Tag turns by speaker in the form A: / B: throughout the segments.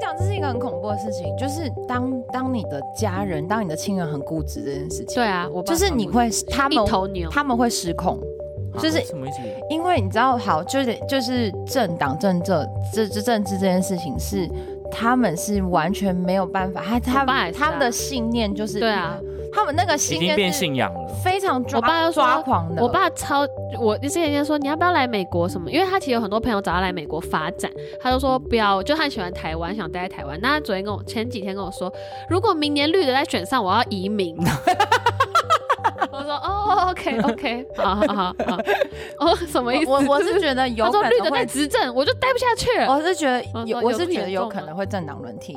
A: 想这是一个很恐怖的事情，就是当当你的家人、当你的亲人很固执这件事情，
B: 对啊，我爸
A: 就是你会他
B: 一
A: 们
B: 头牛，
A: 他们会失控，就是
C: 啊什么意思？
A: 因为你知道，好，就是就是政党政策这这政治这件事情是他们是完全没有办法，他他
B: 我爸也
A: 们
B: 是啊
A: 他们的信念就是
B: 对啊，
A: 他们那个
C: 已
A: 信
C: 经变
A: 念是
C: 信 仰了。
A: 非常抓
B: 我爸就说
A: 抓狂的，
B: 我爸超，我之前就说你要不要来美国什么，因为他其实有很多朋友找他来美国发展，他就说不要，就他很喜欢台湾，想待在台湾。那他昨天跟我前几天跟我说，如果明年绿的再选上，我要移民。我说哦，OK OK，好好好好，哦什么意思？
A: 我我是觉得有
B: 他说
A: 可
B: 绿
A: 能
B: 的在
A: 会，
B: 执政，我就待不下去了，
A: 我是觉得
B: 嗯
A: 有，
B: 有
A: 我是
B: 这么
A: 觉得
B: 严
A: 有
B: 重
A: 可
B: 吗
A: 能会政党轮替。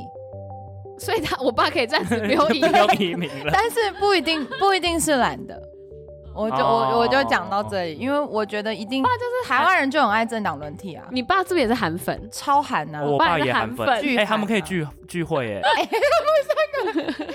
B: 所以他我爸可以暂时不 用移民。
C: 不用移民 了。
A: 但是不一定不一定是懒的。我就我我就讲到这里，因为我觉得一定就是台湾人就很爱政党轮替啊，
B: 你爸是不是也是韩粉？
A: 超韩啊！
C: 我
A: 我
C: 爸
B: 爸
C: 也
B: 也
C: 韩
B: 韩
C: 粉
B: 粉，
A: 巨
C: 哎、
A: 韩
C: 他们可以
A: 啊
C: 聚聚会哎、
A: 觉得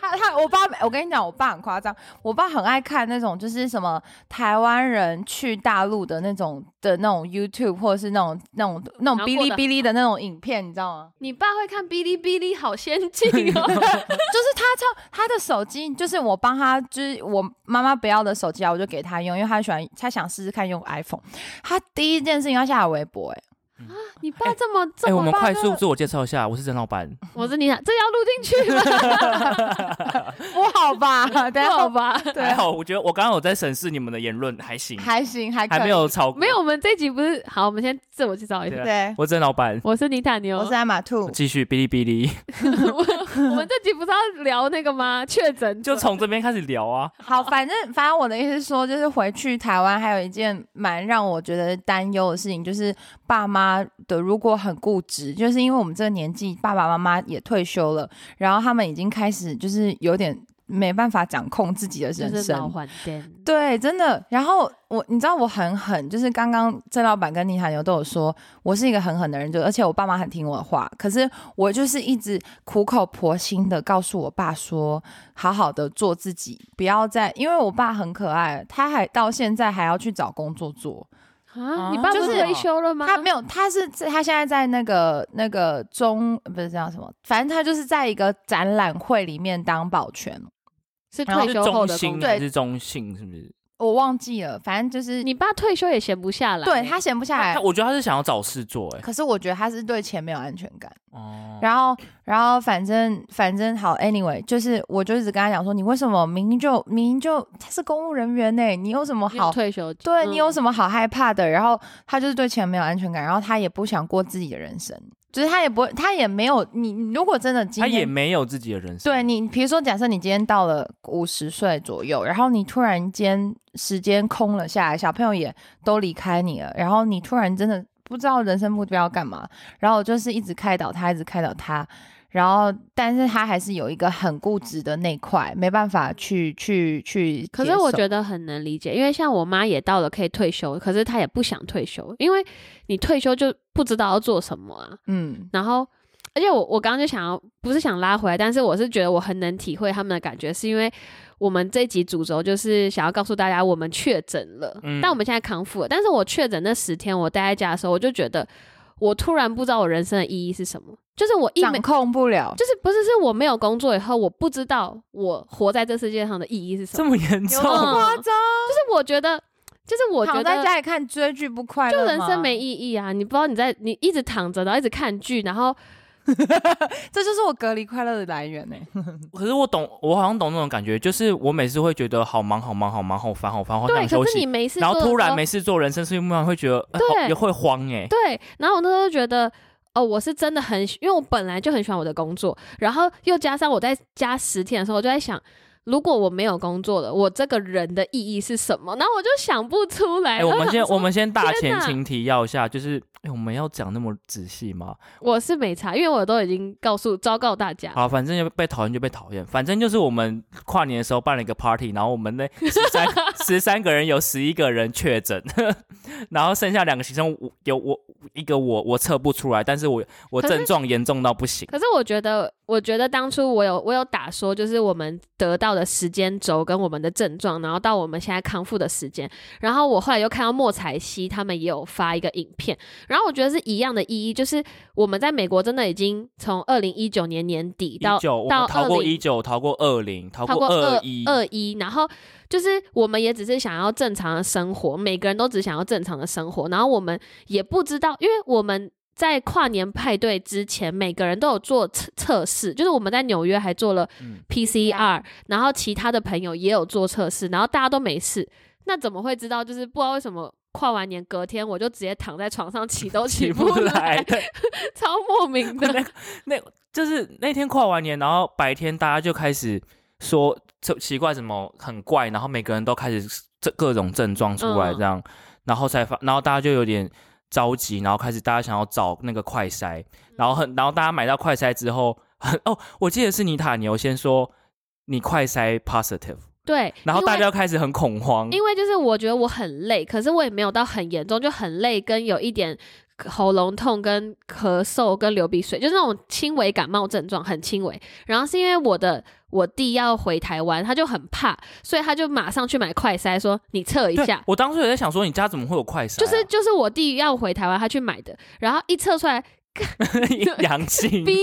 A: 他他我爸我跟你讲，我爸很夸张，我爸很爱看那种就是什么台湾人去大陆的那种的那种 YouTube 或者是那种那种那
B: 然
A: 种
B: 后
A: 哔
B: 过
A: 哩
B: 得
A: 哔哩的那种影片，你知道吗？
B: 你爸会看哔哩哔哩，好先进 哦！
A: 就是他超他的手机，就是我帮他，就是我妈妈不要的手机啊，我就给他用，因为他喜欢，他想试试看用 iPhone。他第一件事情要下来微博、欸，
B: 你爸这么
C: 哎、
B: 这
C: 我
B: 么
C: 们
B: 棒
C: 快
B: 的
C: 速自我介绍一下，我是郑老板。
B: 我是你啊想，这 要录进去吗？
A: 不好吧？等一下
B: 好吧，
A: 对
C: 还好，我觉得我刚刚有在审视你们的言论，还行，
A: 还行，还可以
C: 还没。有超过
B: 没有，。我们这一集不是好，我们先自我介绍一下
C: 对，
A: 对，啊
C: 我是郑老板，
B: 我是妮塔牛，
A: 我是艾玛兔。
C: 继续哔哩哔哩，
B: 我们这集不是要聊那个吗？确诊
C: 就从这边开始聊啊。
A: 好，反正反正我的意思是说，就是回去台湾还有一件蛮让我觉得担忧的事情，就是爸妈的如果很固执，就是因为我们这个年纪，爸爸妈妈也退休了，然后他们已经开始就是有点没办法掌控自己的
B: 就
A: 人
B: 是老
A: 生。
B: 还癫，
A: 对，真的。然后我，你知道我很狠，就是刚刚郑老板跟倪海牛都有说，我是一个很狠的人，就而且我爸妈很听我的话。可是我就是一直苦口婆心的告诉我爸说，好好的做自己，不要再，因为我爸很可爱，他还到现在还要去找工作做。
B: 啊！
C: 啊
B: 你爸不
A: 就是是
B: 退休了吗？
A: 他没有，他是他现在在那个那个中不是叫什么，反正他就是在一个展览会里面当保全，
B: 是
A: 然后
B: 退
C: 是
B: 休后
C: 中
B: 的工
C: 性
B: 作。
C: 还是中性？是不是？
A: 我忘记了，反正就是
B: 你爸退休也闲不下来，欸
A: 对他闲不下来
C: 他。我觉得他是想要找事做、哎，
A: 可是我觉得他是对钱没有安全感。
C: 哦，
A: 然后，然后反正反正好，anyway，就是我就一直跟他讲说，你为什么明明就明明就他是公务人员呢、欸你有什么
B: 你有
A: 好？
B: 退休金，
A: 对
B: 嗯
A: 你有什么好害怕的？然后他就是对钱没有安全感，然后他也不想过自己的人生，就是他也不会，他也没有你。你如果真的今
C: 他也
A: 天
C: 没有自己的人生。
A: 对你，比如说假设你今天到了五十岁左右，然后你突然间时间空了下来，小朋友也都离开你了，然后你突然真的不知道人生目标要干嘛，然后我就是一直开导他，一直开导他，然后但是他还是有一个很固执的那块，没办法去去去。
B: 可是我
A: 得，
B: 觉得很能理解，因为像我妈也到了可以退休，可是她也不想退休，因为你退休就不知道要做什么啊。
A: 嗯，
B: 然后，而且我我刚刚就想要，不是想拉回来，但是我是觉得我很能体会他们的感觉，是因为我们这一集主轴就是想要告诉大家我们确诊了，
C: 嗯
B: 但我们现在康复了。但是我确诊那十天，我待在家的时候，我就觉得我突然不知道我人生的意义是什么，就是我一
A: 掌
B: 没。
A: 控不了。
B: 就是不是是我没有工作以后，我不知道我活在这世界上的意义是什
C: 这
B: 么。
C: 么严重
A: 有，这么夸张？
B: 嗯就是我觉得，就是我觉
A: 躺
B: 得
A: 在家里看追剧不快乐
B: 就人
A: 吗，
B: 生没意义啊！你不知道你在你一直躺着，然后一直看剧，然后
A: 这就是我隔离快乐的来源呢、欸
C: 可是我懂，我好像懂那种感觉，就是我每次会觉得好忙、好忙、好忙、好烦、好烦，好
B: 对，
C: 想休
B: 可是你
C: 息，
B: 没事，
C: 然后突然没事做，人生是慢慢会觉得，呃好
B: 对
C: 也会慌哎、
B: 对，然后我那时候就觉得。哦，我是真的很喜，因为我本来就很喜欢我的工作，然后又加上我在家十天的时候，我就在想，如果我没有工作了，我这个人的意义是什么？然后我就想不出来。
C: 哎、我们
B: 然后
C: 先
B: 想说
C: 我们先大
B: 天
C: 前
B: 哪
C: 情提要一下，就是、哎，我们要讲那么仔细吗？
B: 我是没查，因为我都已经告诉昭告大家，
C: 好，反正就被讨厌就被讨厌，反正就是我们跨年的时候办了一个 party，然后我们那十 三十三个人有十一个人确诊， 然后剩下两个其中我有我一个我我测不出来，但是我我
B: 可是
C: 症状严重到不行。
B: 可是我觉得我觉得当初我有我有打说，就是我们得到的时间轴跟我们的症状，然后到我们现在康复的时间。然后我后来又看到莫彩希他们也有发一个影片，然后我觉得是一样的意义，就是我们在美国真的已经从二零一九年年底到
C: 一九，我
B: 到
C: 们逃
B: 20
C: 过一九，逃过二零，逃
B: 超
C: 过
B: 二
C: 一，
B: 二一，然后就是我们也只是想要正常的生活，每个人都只想要正常的生活，然后我们也不知道，因为我们。在跨年派对之前，每个人都有做测测试，就是我们在纽约还做了
C: 嗯
B: PCR，、然后其他的朋友也有做测试，然后大家都没事，那怎么会知道？就是不知道为什么跨完年隔天我就直接躺在床上 起都起
C: 起
B: 不
C: 不
B: 来，
C: 来。 对，
B: 超莫名的。
C: 那就是那天跨完年，然后白天大家就开始说这奇怪什么很怪，然后每个人都开始这各种症状出来
B: 嗯
C: 这样，然后才发，然后大家就有点着急，然后开始大家想要找那个快
B: 嗯
C: 筛，然后很，然后大家买到快筛之后，哦，我记得是尼塔牛先说你快筛 positive，
B: 对，
C: 然后
B: 因
C: 大
B: 为
C: 家就开始很恐慌，
B: 因为就是我觉得我很累，可是我也没有到很严重，就很累，跟有一点喉咙痛、跟咳嗽、跟流鼻水，就是那种轻微感冒症状，很轻微。然后是因为我的我弟要回台湾，他就很怕，所以他就马上去买快筛，说你测一
C: 对
B: 下。
C: 我当时也在想说，你家怎么会有快筛、
B: 就是就是我弟要回台湾，他去买的，然后一测出来，
C: 是啊 阳性，
B: 逼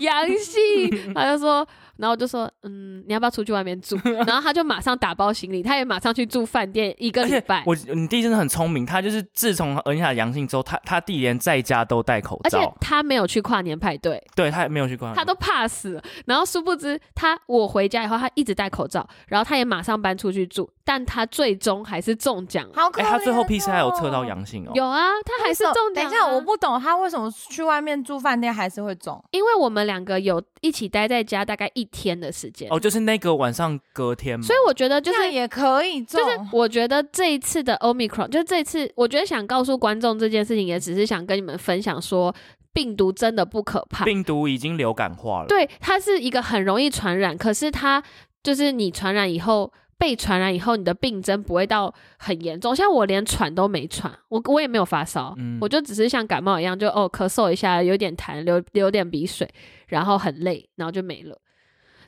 B: 阳性，他就说，然后我就说，嗯，你要不要出去外面住？ 然后他就马上打包行李，他也马上去住饭店一个
C: 而
B: 礼
C: 且
B: 拜。
C: 我你弟真的很聪明，他就是自从恩雅阳性之后，他他弟连在家都戴口
B: 而且
C: 罩，
B: 他没有去跨年派对，
C: 对他也没有去关，
B: 他都怕死了。然后殊不知他，我回家以后，他一直戴口罩，然后他也马上搬出去住，但他最终还是中奖了。
A: 好可
C: 哎、
A: 怜、
C: 他最后 PCR 有测到。阳性哦，
B: 有啊，他还是中奖、啊。
A: 等一下，我，不懂他为什么去外面住饭店还是会中。
B: 因为我们两个有一起待在家大概一天的时间，
C: 哦，就是那个晚上隔天嘛，
B: 所以我觉得就是
A: 那也可以中，
B: 就是我觉得这一次的 Omicron，就是这一次，我觉得想告诉观众这件事情，也只是想跟你们分享说，病毒真的不可怕，
C: 病毒已经流感化了，，
B: 对，它是一个很容易传染，可是它就是你传染以后。被传染以后，你的病症不会到很严重。像我连喘都没喘，我我也没有发烧，
C: 嗯
B: 我就只是像感冒一样，就哦咳嗽一下，有点痰，流流点鼻水，然后很累，然后就没了。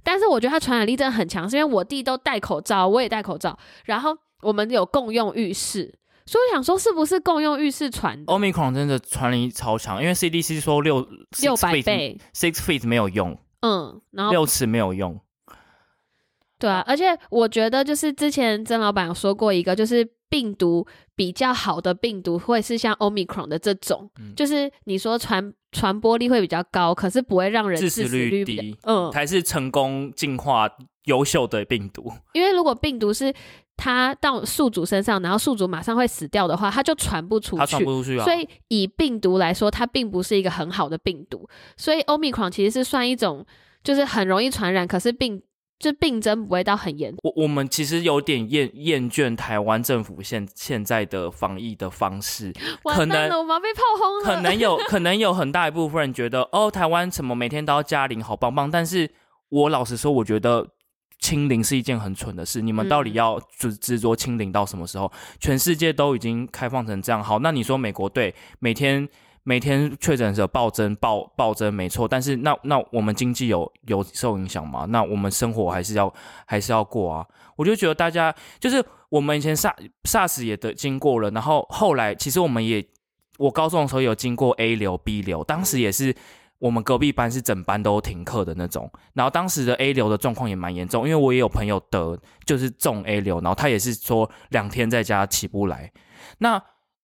B: 但是我觉得它传染力真的很强，是因为我弟都戴口罩，我也戴口罩，然后我们有共用浴室，所以我想说是不是共用浴室传的
C: Omicron 真的传染力超强，因为 CDC 说六
B: 六
C: six
B: 百
C: feet-
B: 倍？
C: ，six feet 没有用，
B: 嗯，然后
C: 六尺没有用，
B: 对
C: 嗯
B: 啊，而且我觉得就是之前曾老板有说过一个，就是病毒比较好的病毒会是像 Omicron 的这种，
C: 嗯
B: 就是你说传传播力会比较高，可是不会让人
C: 致
B: 致
C: 死
B: 死
C: 率
B: 比较
C: 低
B: 嗯，
C: 才是成功进化优秀的病毒，
B: 因为如果病毒是它到宿主身上，然后宿主马上会死掉的话，它就传不出
C: 它传
B: 去
C: 不。出去啊，
B: 所以以病毒来说，它并不是一个很好的病毒，所以 Omicron 其实是算一种就是很容易传染，可是病就病症不会到很严重。
C: 我我们其实有点厌厌倦台湾政府现现在的防疫的方式，可
B: 完蛋
C: 能
B: 了，我们要被炮轰了。
C: 可能有可能有很大一部分人觉得哦，台湾什么每天都要加零，好棒棒。但是我老实说，我觉得清零是一件很蠢的事。你们
B: 嗯
C: 到底要执执着清零到什么时候？全世界都已经开放成这样，好，那你说美国队每天每天确诊者暴增暴暴增，没错，但是那那我们经济有有受影响吗？那我们生活还是要还是要过啊。我就觉得大家就是我们以前 SARS SARS 也的经过了，然后后来其实我们也我高中的时候有经过 A 流 B 流，当时也是。我们隔壁班是整班都停课的那种，然后当时的 A 流的状况也蛮严重，因为我也有朋友得就是中 A 流，然后他也是说两天在家起不来。那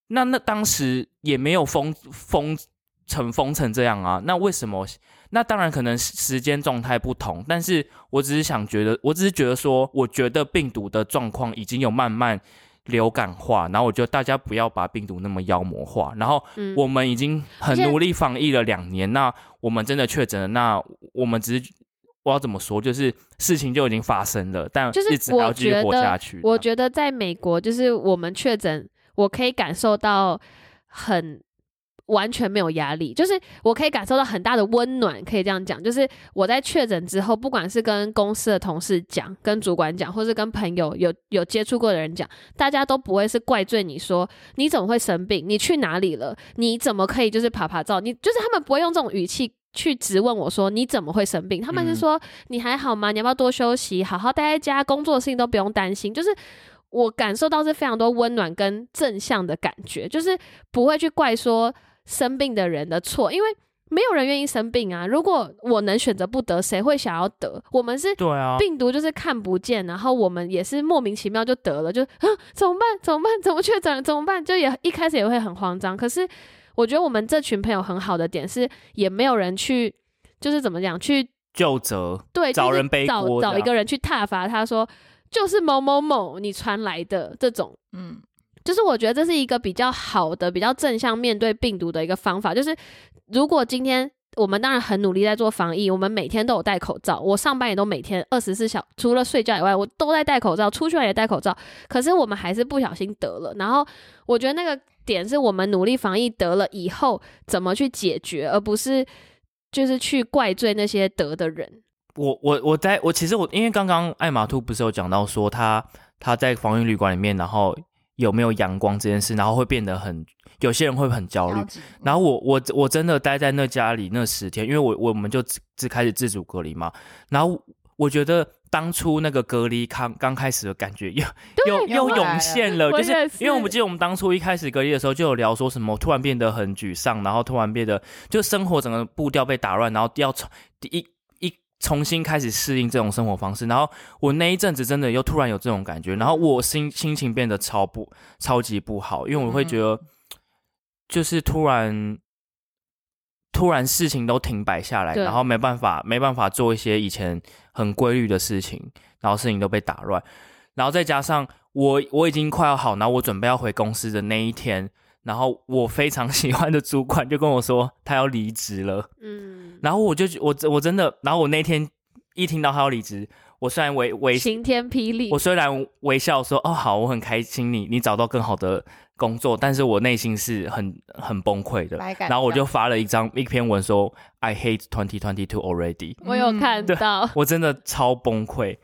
C: 那那当时也没有封封成封成这样啊，那为什么？那当然可能时时间状态不同，但是我只是想觉得，我只是觉得说，我觉得病毒的状况已经有慢慢流感化，然后我觉得大家不要把病毒那么妖魔化，然后
B: 嗯
C: 我们已经很
B: 而且
C: 努力防疫了两年，那我们真的确诊了，那我们只是我要怎么说，就是事情就已经发生了，但
B: 就是
C: 日子还要
B: 我
C: 继续
B: 觉
C: 活
B: 得
C: 下去。
B: 我觉得在美国，就是我们确诊，我可以感受到很完全没有压力，就是我可以感受到很大的温暖，可以这样讲。就是我在确诊之后，不管是跟公司的同事讲、跟主管讲，或是跟朋友有有接触过的人讲，大家都不会是怪罪你说你怎么会生病，你去哪里了，你怎么可以就是爬爬照，你就是他们不会用这种语气。去质问我说你怎么会生病，他们是说、你还好吗？你要不要多休息，好好待在家，工作的事情都不用担心，就是。我感受到是非常多温暖跟正向的感觉，就是不会去怪说生病的人的错，因为没有人愿意生病啊。如果我能选择不得，谁会想要得？我们是
C: 对啊，
B: 病毒就是看不见，然后我们也是莫名其妙就得了，就啊怎么办？怎么办？怎 么确诊了？怎么办？就也一开始也会很慌张，可是我觉得我们这群朋友很好的点是，也没有人去，就是怎么讲去
C: 就责
B: 对
C: 找
B: 就是
C: 人背
B: 找
C: 锅这
B: 找一
C: 样
B: 个人去挞伐他说就是某某某你传来的这种。
A: 嗯，
B: 就是我觉得这是一个比较好的、比较正向面对病毒的一个方法。就是如果今天我们当然很努力在做防疫，我们每天都有戴口罩，我上班也都每天二十四小，除了睡觉以外，我都在戴口罩，出去玩也戴口罩。可是我们还是不小心得了，然后我觉得那个点是我们努力防疫得了以后怎么去解决，而不是就是去怪罪那些得的人。
C: 我我我在我其实我因为刚刚艾玛兔不是有讲到说他他在防疫旅馆里面，然后有没有阳光这件事，然后会变得很有些人会很焦虑
A: 了。解
C: 然后我我我真的待在那家里那十天，因为我我们就自自开始自主隔离嘛。然后我觉得当初那个隔离刚刚开始的感觉又又
A: 又
C: 又
A: 来
C: 涌
A: 了
C: 现了，
B: 我
C: 就
B: 也是
C: 因为我们记得我们当初一开始隔离的时候就有聊说什么突然变得很沮丧，然后突然变得就生活整个步调被打乱，然后要重第一一重新开始适应这种生活方式。然后我那一阵子真的又突然有这种感觉，然后我心心情变得超不超级不好，因为我会觉得就是突然。突然事情都停摆下来，
B: 对
C: 然后没办法，没办法做一些以前很规律的事情，然后事情都被打乱，然后再加上我我已经快要好，然后我准备要回公司的那一天，然后我非常喜欢的主管就跟我说他要离职了，
B: 嗯，
C: 然后我就我我真的，然后我那天一听到他要离职，我虽然微微
B: 晴天霹雳
C: 我，虽然微笑说哦好，我很开心你你找到更好的工作，但是我内心是很很崩溃的，
A: 百感
C: 然后我就
A: 交
C: 发了一张一篇文说 I hate twenty twenty two already，
B: 我有看
A: 嗯
C: 对
B: 到。
C: 我真的超崩溃。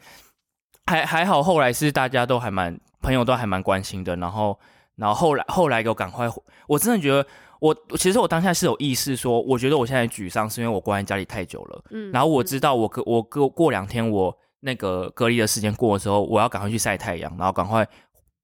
C: 还还好，后来是大家都还蛮朋友都还蛮关心的，然后然后后来后来给我赶快，我真的觉得我其实我当下是有意识说，我觉得我现在沮丧是因为我关在家里太久了，
B: 嗯
C: 然后我知道我隔我隔过两天我那个隔离的时间过的时候，我要赶快去晒太阳，然后赶快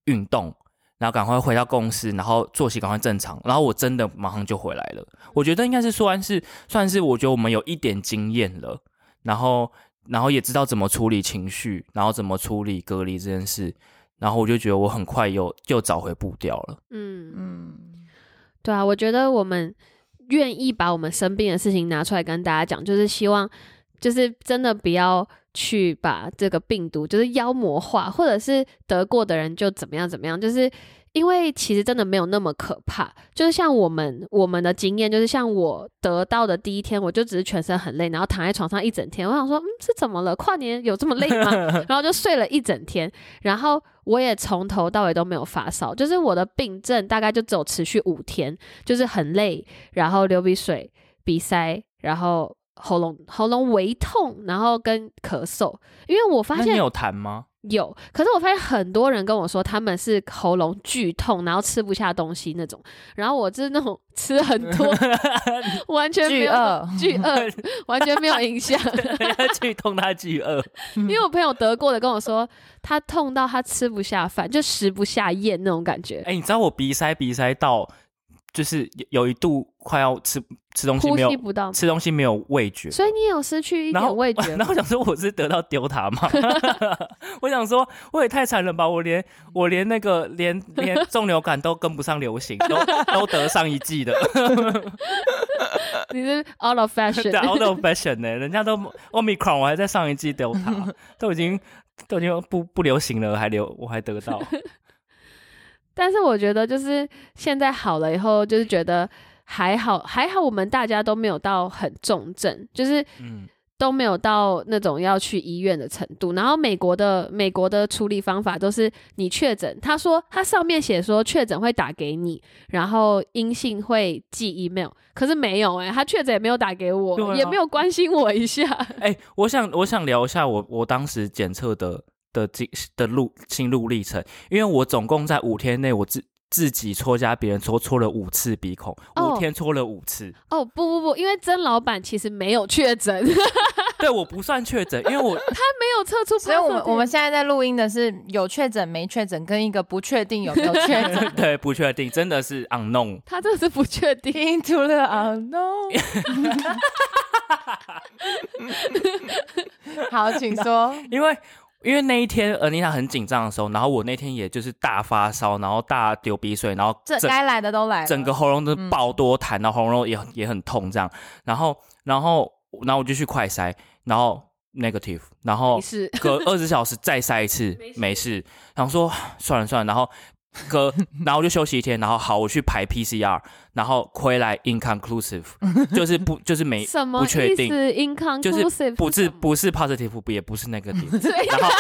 C: 运动。然后赶快回到公司，然后作息赶快正常，然后我真的马上就回来了。我觉得应该是算是算是，我觉得我们有一点经验了，然后然后也知道怎么处理情绪，然后怎么处理隔离这件事，然后我就觉得我很快又又找回步调了。
B: 嗯
A: 嗯，
B: 对啊，我觉得我们愿意把我们生病的事情拿出来跟大家讲，就是希望，就是真的不要去把这个病毒就是妖魔化，或者是得过的人就怎么样怎么样，就是因为其实真的没有那么可怕。就是像我们我们的经验，就是像我得到的第一天，我就只是全身很累，然后躺在床上一整天。我想说，嗯，是怎么了？跨年有这么累 吗？然后就睡了一整天，然后我也从头到尾都没有发烧，就是我的病症大概就只有持续五天，就是很累，然后流鼻水、鼻塞，然后喉咙喉咙微痛，然后跟咳嗽。因为我发
C: 那你
B: 现
C: 有谈吗？
B: 有，可是我发现很多人跟我说他们是喉咙剧痛，然后吃不下东西那种，然后我是那种吃很 多，完全没
A: 巨
B: 有
A: 饿，
B: 巨饿，完全没有影响。
C: 去痛他巨饿，
B: 因
A: 嗯
B: 为我朋友得过的跟我说，他痛到他吃不下饭，就食不下咽那种感觉。
C: 哎、你知道我鼻塞鼻塞到，就是有有一度快要吃吃东西
B: 呼
C: 没有
B: 吸不到，
C: 吃东西没有味觉，
B: 所以你有失去一
C: 然后
B: 点味觉
C: 然
B: 吗
C: 后我想说我是得到丢塔吗？ 我想说我也太惨了吧！我连我连那个连连重流感都跟不上流行，都都得上一季的，
B: 你 是 out of
C: 对啊
B: fashion，
C: ，out of fashion 呢、人家都 omicron，我还在上一季 delta，都已经都已经不不流行了，还流我还得 到。
B: 但是我觉得就是现在好了以后，就是觉得还好，还好我们大家都没有到很重症，就是
C: 嗯，
B: 都没有到那种要去医院的程度。然后美国的美国的处理方法都是你确诊，他说他上面写说确诊会打给你，然后阴性会寄 email，可是没有哎、他确诊也没有打给我，
C: 对啊
B: 也没有关心我一下。
C: 哎、我想我想聊一下我我当时检测的的经的路心路历程，因为我总共在五天内我自自己戳加别人戳，戳了五次鼻孔，
B: 哦
C: 五天戳了五次。
B: 哦，不不不，因为曾老板其实没有确诊， 没
C: 对我不算确诊，因为我。
B: 有测出 positive，
A: 所以我们我们现在在录音的是有确诊没确诊，跟一个不确定有没有确 诊
C: 对不确定，真的是 unknown。
B: 他真的是不确定，
A: Into the unknown。好，请说。
C: 因为因为那一天尔妮塔很紧张的时候，然后我那天也就是大发烧，然后大流鼻水，然后
A: 这
C: 整
A: 该来的都来了，嗯
C: 整个喉咙都爆多痰，然后喉咙也也很痛这样。然后然后然后我就去快筛，然后 negative，然后
B: 没事，
C: 隔二十小时再筛一次，没事。然后说 算了算了，然后隔然后就休息一天，然后好我去排 PCR，然后回来 inconclusive，就是 不就是没
B: 什么
C: 不确定
B: 意思？inconclusive
C: 就是不
B: 是
C: 是
B: 什么
C: 不是 positive，也不是 negative。
B: 对
C: 然后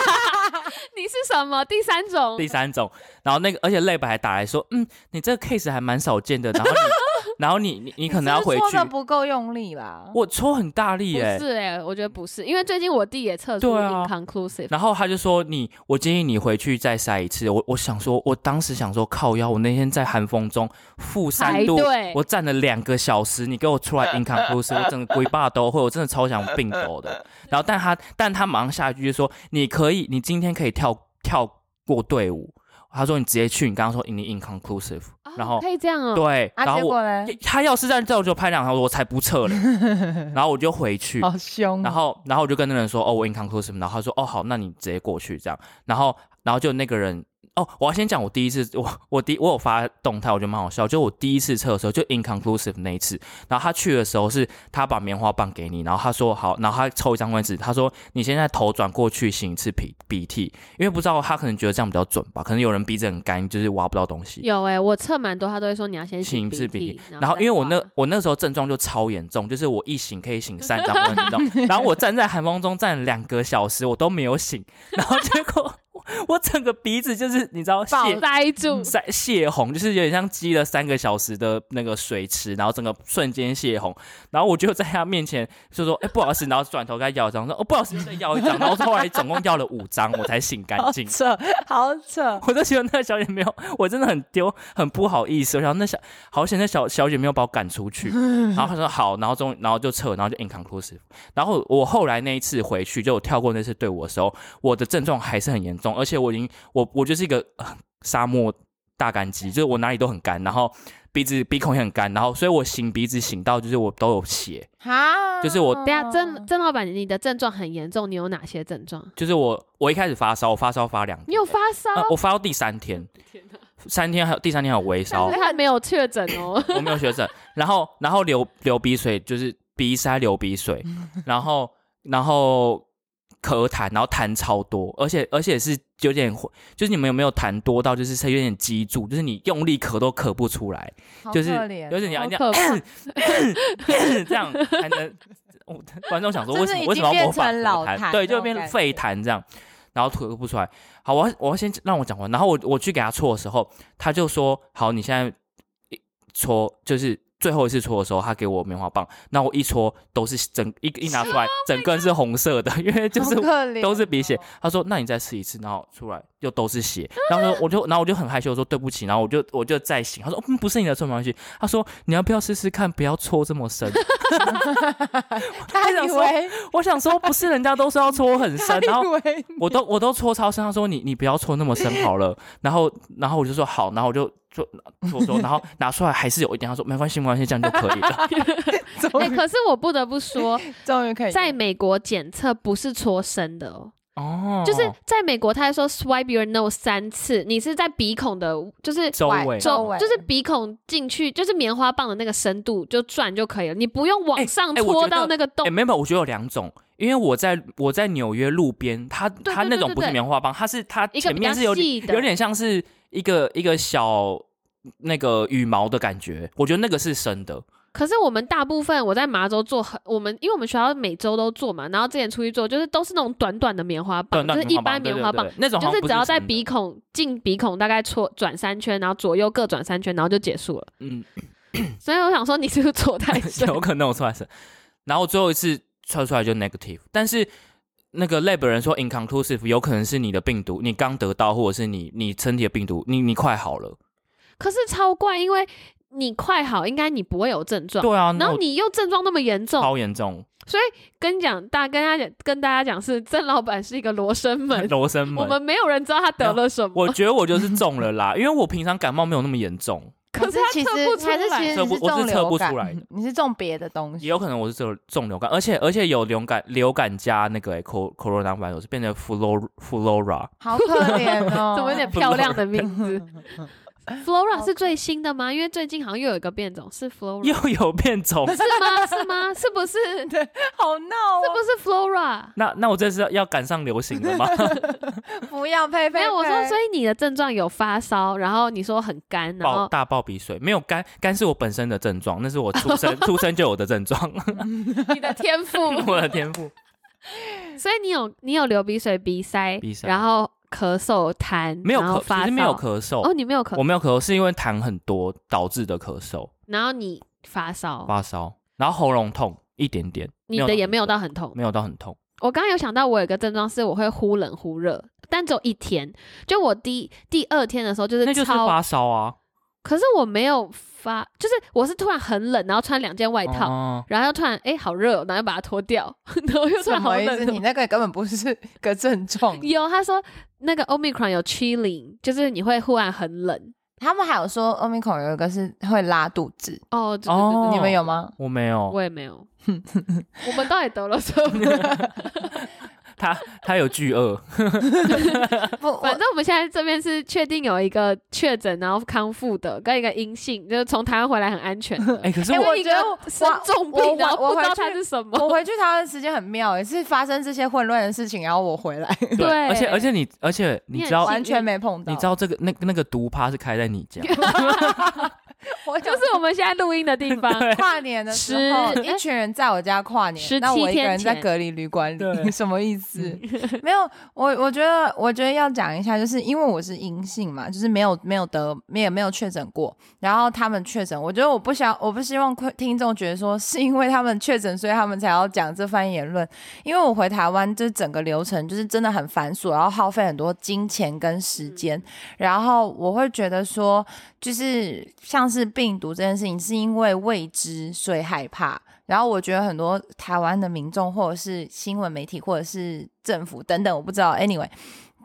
B: 你是什么？第三种
C: 第三种，然后那个而且 lab 还打来说，嗯，你这个 case 还蛮少见的，然后你 然后你你你可能要回
A: 你是不是
C: 去
A: 戳的，不够用力啦。
C: 我抽很大力
B: 不
C: 耶、
B: 是哎、我觉得不是，因为最近我弟也测出
C: 对啊
B: inconclusive，、
C: 然后他就说你，我建议你回去再晒一次。我我想说，我当时想说靠腰，我那天在寒风中负
B: 排
C: 三度
B: 队，
C: 我站了两个小时，你给我出来 inconclusive，我整个龟爸都会，我真的超想病狗的。然后但他但他马上下一句就说，你可以，你今天可以跳跳过队伍。他说你直接去，你刚刚说你 inconclusive，
B: 哦
C: 然后
B: 可以这样哦、
C: 对，然
A: 啊，
C: 后
A: 结
C: 我
A: 果呢？
C: 他要是这样叫我就拍两条，我才不 撤嘞。然后我就回去，
A: 好凶哦。
C: 然后，然后我就跟那人说，哦，我 inconclusive，然后他说，哦，好，那你直接过去这样。然后，然后就那个人，哦，我要先讲我第一次，我 我第我有发动态，我觉得蛮好笑，就我第一次测的时候就 inconclusive 那一次。然后他去的时候是他把棉花棒给你，然后他说好，然后他抽一张卫纸，他说你现在头转过去擤一次鼻鼻涕，因为不知道他可能觉得这样比较准吧，可能有人鼻子很干，就是挖不到东西。
B: 有哎、我测蛮多，他都会说你要先
C: 擤一次
B: 擤
C: 鼻
B: 涕
C: 涕，，然后因为我那
B: 再画
C: 我那时候症状就超严重，就是我一醒可以醒三张，我很严重。然后我站在寒风中站了两个小时，我都没有醒，然后结果我我整个鼻子就是你知道
A: 爆
C: 泄
B: 塞住，
C: 塞泄洪，就是有点像积了三个小时的那个水池，然后整个瞬间泄洪。然后我就在他面前就说：“哎、不好意思。”然后转头跟他要一张，说：“哦，不好意思，又再要一张。”然后后来总共要了五张，我才醒干
A: 好
C: 净。
A: 扯，好扯。
C: 我都觉得那个小姐没有，我真的很丢，很不好意思。然后那小好险，那小小姐没有把我赶 出去。然后她说好，然后终于然后就撤，然后就 inconclusive。然后我后来那一次回去，就我跳过那次队伍的时候，我的症状还是很严重，而且我已经我我就是一个、呃沙漠大干肌，就是我哪里都很干，然后鼻子鼻孔也很干，然后所以我擤鼻子擤到就是我都有血，
A: 哈，
C: 就是我
B: 等一
A: 啊
B: 下，曾曾老板，你的症状很严重，你有哪些症状？
C: 就是我我一开始发烧，我发烧发两
B: 你
C: 天，
B: 有发烧？
C: 呃我发到第三天，
B: 天哪！
C: 三天还有第三天还 有微烧
B: 但。是他没有确诊哦。
C: 我没有学诊，然后然后流流鼻水，就是鼻塞流鼻水， 然后然后咳痰，然后痰超多，而且而且是有点，就是你们有没有痰多到就是是有点积住，就是你用力咳都咳不出来，
A: 好
C: 就是
A: 可怜
C: 就是你要
B: 好
C: 你要
B: 可
C: 嗯
B: 怕
C: 这样才能，我观众想说
A: 就
C: 为
A: 是
C: 什么
A: 已
C: 为什
A: 经
C: 么要
A: 变
C: 模仿
A: 成老
C: 咳痰？
A: 痰
C: 对，
A: 那
C: 就
A: 种
C: 变
A: 感
C: 肺
A: 觉
C: 痰这样。然后吐不出来。好，我要我要先让我讲完。然后我我去给他搓的时候，他就说：“好，你现在一搓就是最后一次搓的时候，他给我棉花棒。那我一搓都是整一一拿出 来，整根是红色的，因为就
A: Oh 好
C: 是
A: 可怜
C: 都是鼻血
A: 哦。
C: 他说：“那你再试一次。”然后出来又都是血。然后我就然后我就很害羞说：“对不起。”然后我就我就再醒。他说：“嗯，不是你的错，没关系。”他说：“你要不要试试看？不要搓这么深。”
A: 他以为
C: 我想说，不是人家都说要搓很深
A: 他，
C: 然后
A: 以 为
C: 我都我都搓超深，他说你你不要搓那么深好了，然后然后我就说好，然后我就就搓搓，然后拿出来还是有一点，他说没关系没关系，这样就可以了。
A: 终
B: 哎、
A: 于
B: 可是我不得不 说，
A: 终于
C: 哎
A: 可以
B: 在美国检测不是搓生的哦，
C: 哦，
B: 就是在美国他还说 swipe your nose 三次，你是在鼻孔的，就是
C: 周围
A: 外周
B: 周
A: 围
B: 就是鼻孔进去，就是棉花棒的那个深度就转就可以了，你不用往
C: 哎
B: 上
C: 哎我
B: 搓
C: 觉得
B: 到那个洞
C: 哎，。没有，没有我觉得有两种，因为我在我在纽约路边，它
B: 对
C: 它
B: 对
C: 那
B: 对
C: 种
B: 对
C: 不是
B: 对
C: 棉花棒，它是它
B: 一个
C: 前
B: 比
C: 面
B: 较
C: 是有
B: 细
C: 点
B: 的
C: 有点像是一个一个小那个羽毛的感觉，我觉得那个是深的。
B: 可是我们大部分我在麻州做很，我们因为我们学校每周都做嘛，然后之前出去做，就是都是那种短短的棉花棒，
C: 短短
B: 就是一般棉花棒，
C: 对对对那种好
B: 就
C: 像
B: 是
C: 不
B: 只要
C: 深
B: 在
C: 的
B: 鼻孔进鼻孔大概搓转三圈，然后左右各转三圈，然后就结束了。
C: 嗯，
B: 所以我想说，你是不是搓太深？
C: 有可能我出来是，然后最后一次测出来就 negative，但是那个 lab 人说 inconclusive，有可能是你的病毒，你刚得到，或者是你你身体的病毒，你你快好了，
B: 可是超怪，因为你快好，应该你不会有症状。
C: 对啊，
B: 然
C: 那
B: 后
C: 我
B: 你又症状那么严重，
C: 超严重，
B: 跟你讲，大跟大家讲，跟大家讲是郑老板是一个罗生门，
C: 罗生
B: 我
C: 门。
B: 们没有人知道他得了什
C: 我
B: 么。
C: 觉得我就是中了啦，因为我平常感冒没有那么严 重，
B: 可是他
A: 其实
B: 测不出
A: 还是
B: 来
A: 其实
C: 测
A: 你
C: 不
A: 是
C: 我是
A: 中
C: 测
A: 流
C: 不
A: 感
C: 出来的，
A: 你是中别的东西，
C: 也有可能我是中中流感，而且而且有流感流感加那个、欸、cor corona virus 变成 flora flora，
A: 好可 怜哦，
B: 怎么有点漂亮的名字？Flora 是最新的吗？因为最近好像又有一个变种是 Flora，
C: 又有变种。
B: 是吗？是吗？是不是？是
A: 好闹哦？
B: 不是 Flora？
C: 那那我这是要赶上流行了吗？
A: 不要佩
B: 没
A: 佩佩，
B: 有，我说，所以你的症状有发烧，然后你说很干， 然
C: 爆
B: 后
C: 大爆鼻水没有干干是我本身的症状，那是我出生 出生就有的症状，
B: 你 的天赋，
C: 我的 天赋。
B: 所以你有你有流鼻水、鼻塞，
C: 鼻塞
B: 然后咳嗽、痰，
C: 没有
B: 然后
C: 咳，
B: 发
C: 其
B: 烧，
C: 实没有咳嗽，
B: 哦，你没有咳
C: 我，没有咳嗽是因为痰很多导致的咳嗽、
B: 然后你发烧，
C: 发烧，然后喉咙痛一点点，
B: 你
C: 没有
B: 的
C: 到
B: 也没有到很痛。
C: 没有到很痛。
B: 我刚刚有想到，我有一个症状是我会忽冷忽热，但只有一天。就我第第二天的时候，就是
C: 那就是
B: 超，
C: 发烧啊，
B: 可是我没有发，就是我是突然很冷，然后穿两件外套，
C: 哦
B: 然后又突然哎、好热，然后又把它脱掉， 然后又突
A: 什
B: 然好
A: 么意思？
B: 冷。哦
A: 你那个根本不是个症状。
B: 有他说那个 omicron 有 chilling，就是你会忽然很冷。
A: 他们还有说 omicron 有一个是会拉肚子，
B: 哦，对对对
C: 哦
A: 你们有吗？
C: 我没有，
B: 我也没 有。我们到底得了什么？
C: 他他有巨鳄，
A: 不，我
B: 反正我们现在这边是确定有一个确诊，然后康复的，跟一个阴性，就是从台湾回来很安全的。
C: 哎、可是
A: 哎
C: 我、
A: 我
B: 一
A: 觉得我
B: 个生重
A: 我
B: 病，然
A: 我
B: 后不知
A: 回
B: 道它
A: 去
B: 是什么。
A: 我回去台湾的时间很妙，也是发生这些混乱的事情，然后我回来
B: 哎对
C: 而且而且你而且你
B: 你
C: 知道
B: 很
A: 完全没碰到。
C: 你知道这个那那个毒趴是开在你 家，
A: 我
B: 就是我们现在录音的地方，
A: 跨年 的时候，
B: 十
A: 一群人在我家跨
B: 十
A: 年，那我
B: 七
A: 一个
B: 天
A: 人在
B: 前嗯
A: 隔离旅馆里，
C: 对
A: 什么意思？没有，我我觉得，我觉得要讲一下，就是因为我是阴性嘛，就是没有没有得，没有没有确诊过，然后他们确诊，我觉得我不想，我不希望听众觉得说是因为他们确诊，所以他们才要讲这番言论，因为我回台湾，就是整个流程就是真的很繁琐，然后耗费很多金钱跟时间，然后我会觉得说，就是像是病毒这件事情，是因为未知所以害怕。然后我觉得很多台湾的民众，或者是新闻媒体，或者是政府等等，我不知道。Anyway，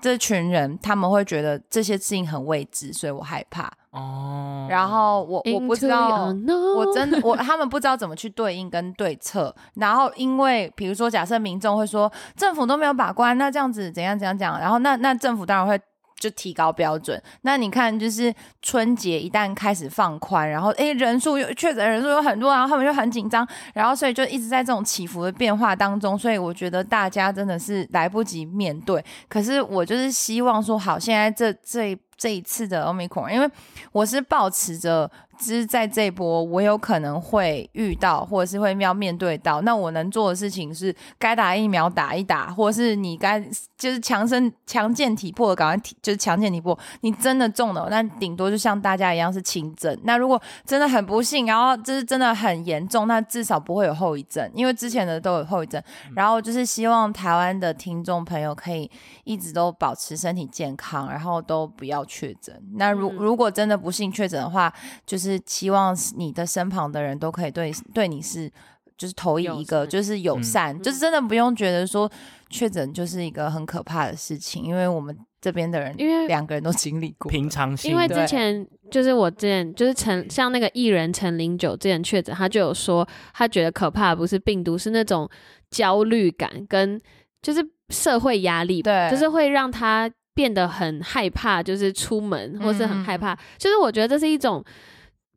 A: 这群人他们会觉得这些事情很未知，所以我害怕。
C: 哦，
A: 然后我我不知
B: Into
A: 道
B: the，unknown
A: 我真的我他们不知道怎么去对应跟对策，然后因为比如说假设民众会说政府都没有把关，那这样子怎样怎样讲，然后那那政府当然会。就提高标准。那你看，就是春节一旦开始放宽，然后诶人数又确诊人数有很多，然后他们就很紧张，然后所以就一直在这种起伏的变化当中。所以我觉得大家真的是来不及面对。可是我就是希望说，好，现在这这这一次的 Omicron，因为我是保持着，就是在这一波我有可能会遇到，或者是会要面对到，那我能做的事情是该打疫苗打一打，或者是你该就是强身强健体魄，赶快体就是强健体魄。你真的中了，那顶多就像大家一样是轻症。那如果真的很不幸，然后就是真的很严重，那至少不会有后遗症，因为之前的都有后遗症。然后就是希望台湾的听众朋友可以一直都保持身体健康，然后都不要确诊。那如、
B: 嗯
A: 如果真的不幸确诊的话，就是希望你的身旁的人都可以对对你是。就是投以一
B: 友
A: 个
B: 善嗯
A: 就是友
C: 嗯
A: 善，就是真的不用觉得说确诊就是一个很可怕的事情，因为我们这边的人
B: 因为
A: 两个人都经历过，
C: 平常心
B: 因为
A: 对
B: 之前就是我之前就是陈像那个艺人陈零九之前确诊，他就有说他觉得可怕的不是病毒，是那种焦虑感跟就是社会压力吧，
A: 对
B: 就是会让他变得很害怕，就是出门或是
A: 嗯
B: 很害怕。就是我觉得这是一种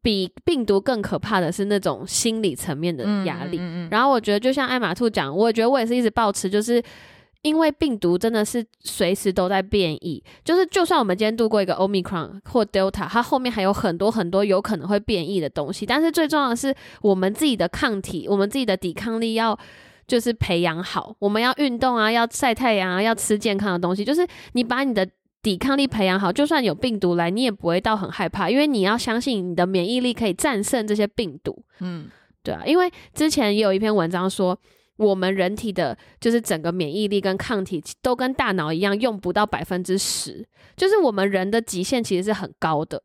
B: 比病毒更可怕的是那种心理层面的压力。
A: 嗯嗯嗯
B: 然后我觉得，就像艾玛兔讲，我也觉得我也是一直保持，就是因为病毒真的是随时都在变异，就是就算我们今天度过一个 Omicron 或 Delta，它后面还有很多很多有可能会变异的东西。但是最重要的是，我们自己的抗体，我们自己的抵抗力要。就是培养好，我们要运动啊，要晒太阳啊，要吃健康的东西。就是你把你的抵抗力培养好，就算有病毒来，你也不会到很害怕，因为你要相信你的免疫力可以战胜这些病毒。
A: 嗯
B: 对啊，因为之前也有一篇文章说，我们人体的就是整个免疫力跟抗体都跟大脑一样，用不到百分之十，就是我们人的极限其实是很高的。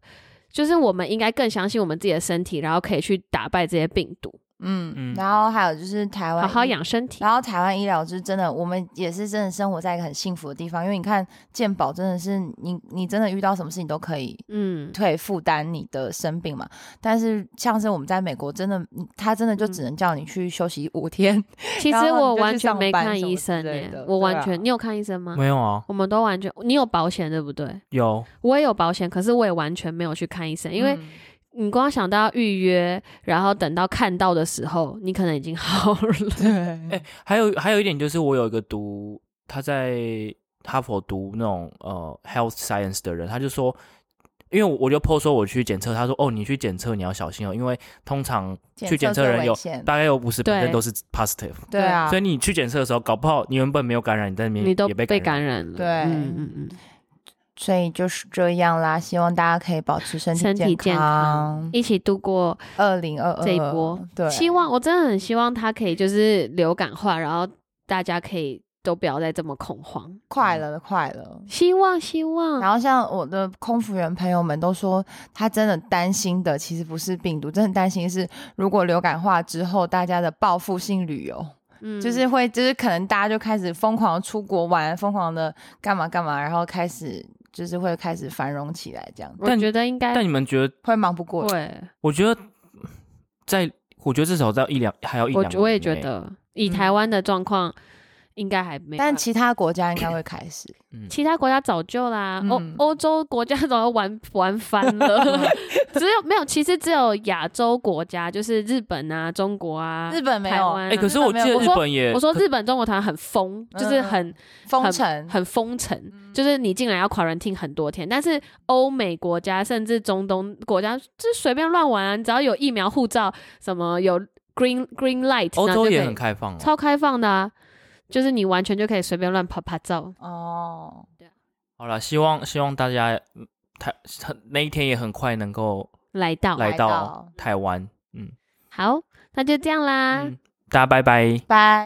B: 就是我们应该更相信我们自己的身体，然后可以去打败这些病毒，
A: 嗯，
C: 嗯
A: 然后还有就是台湾
B: 好好
A: 医
B: 养身体。
A: 然后台湾医疗是真的，我们也是真的生活在一个很幸福的地方，因为你看健保真的是你你真的遇到什么事情都可以
B: 嗯，
A: 可以负担你的生病嘛。但是像是我们在美国，真的他真的就只能叫你去休息五天，
B: 其实
A: 然后你
B: 我
A: 就去
B: 完全
A: 上
B: 没
A: 班
B: 看
A: 什么
B: 医
A: 之
B: 生呢、
A: 类的
B: 我
A: 对
B: 完
A: 啊
B: 全，你有看医生吗？
C: 没有啊，
B: 我们都完全，你有保险对不对？
C: 有
B: 我也有保险，可是我也完全没有去看医生，因为
A: 嗯
B: 你光想到要预约，然后等到看到的时候，你可能已经 好了。
A: 对，
C: 还有还有一点就是，我有一个读他在哈佛读那种呃 health science 的人，他就说，因为我我就 po 说我去检测，他说哦，你去检测你要小心哦，因为通常去检测
A: 最
C: 人
A: 危
C: 有
A: 险
C: 大概有五十
B: 对
C: 都是 positive，
A: 对啊，
C: 所以你去检测的时候，搞不好你原本没有感染，你在里面
B: 你都
C: 也被
B: 被
C: 染。
B: 感染了，
A: 对
B: 嗯嗯嗯，
A: 所以就是这样啦，希望大家可以保持身
B: 身体
A: 体
B: 健
A: 康。
B: 一起度过
A: 二零二二
B: 这一波，
A: 对，
B: 希望我真的很希望他可以就是流感化，然后大家可以都不要再这么恐慌。
A: 快乐快乐。
B: 希望，希望，
A: 然后像我的空服员朋友们都说，他真的担心的其实不是病毒，真的担心是如果流感化之后，大家的报复性旅游，
B: 嗯
A: 就是 会就是可能大家就开始疯狂地出国玩，疯狂的干嘛干嘛，然后开始就是会开始繁荣起来，这样
B: 我
C: 但
B: 觉得应该
C: 但你们觉得？
A: 会忙不过来。
B: 会，
C: 我觉得在，我觉得至少到一两，还有一
B: 我
C: 两年
B: 觉
C: 内，
B: 我也觉得以
A: 嗯
B: 台湾的状况，应该还没办法，
A: 但其他国家应该会开始，
C: 嗯，
B: 其他国家早就啦，欧
A: 嗯
B: 欧洲国家早就玩玩翻 了，只有没有，其实只有亚洲国家，就是日本啊、中国啊、
A: 日本没
B: 台
A: 有
B: 湾啊、
C: 哎，可是我记得
B: 我
C: 日
B: 说
C: 本嗯也，
B: 我说日本、中国、台湾很封，就是很
A: 封城，
B: 很封城，
C: 嗯
B: 就是你进来要 quarantine 很多天。但是欧美国家甚至中东国家，就是随便乱玩啊，你只要有疫苗护照，什么有 green green light，
C: 欧
B: 然后
C: 洲
B: 就
C: 也
B: 可以
C: 很开放哦，
B: 超开放的啊，就是你完全就可以随便乱拍拍照。
A: 哦，
C: 好了，希望希望大家嗯台很那一天也很快能够
B: 来到
C: 来
A: 来到
C: 到台湾。嗯，
B: 好，那就这样啦。
C: 嗯嗯大家拜拜。
A: 拜。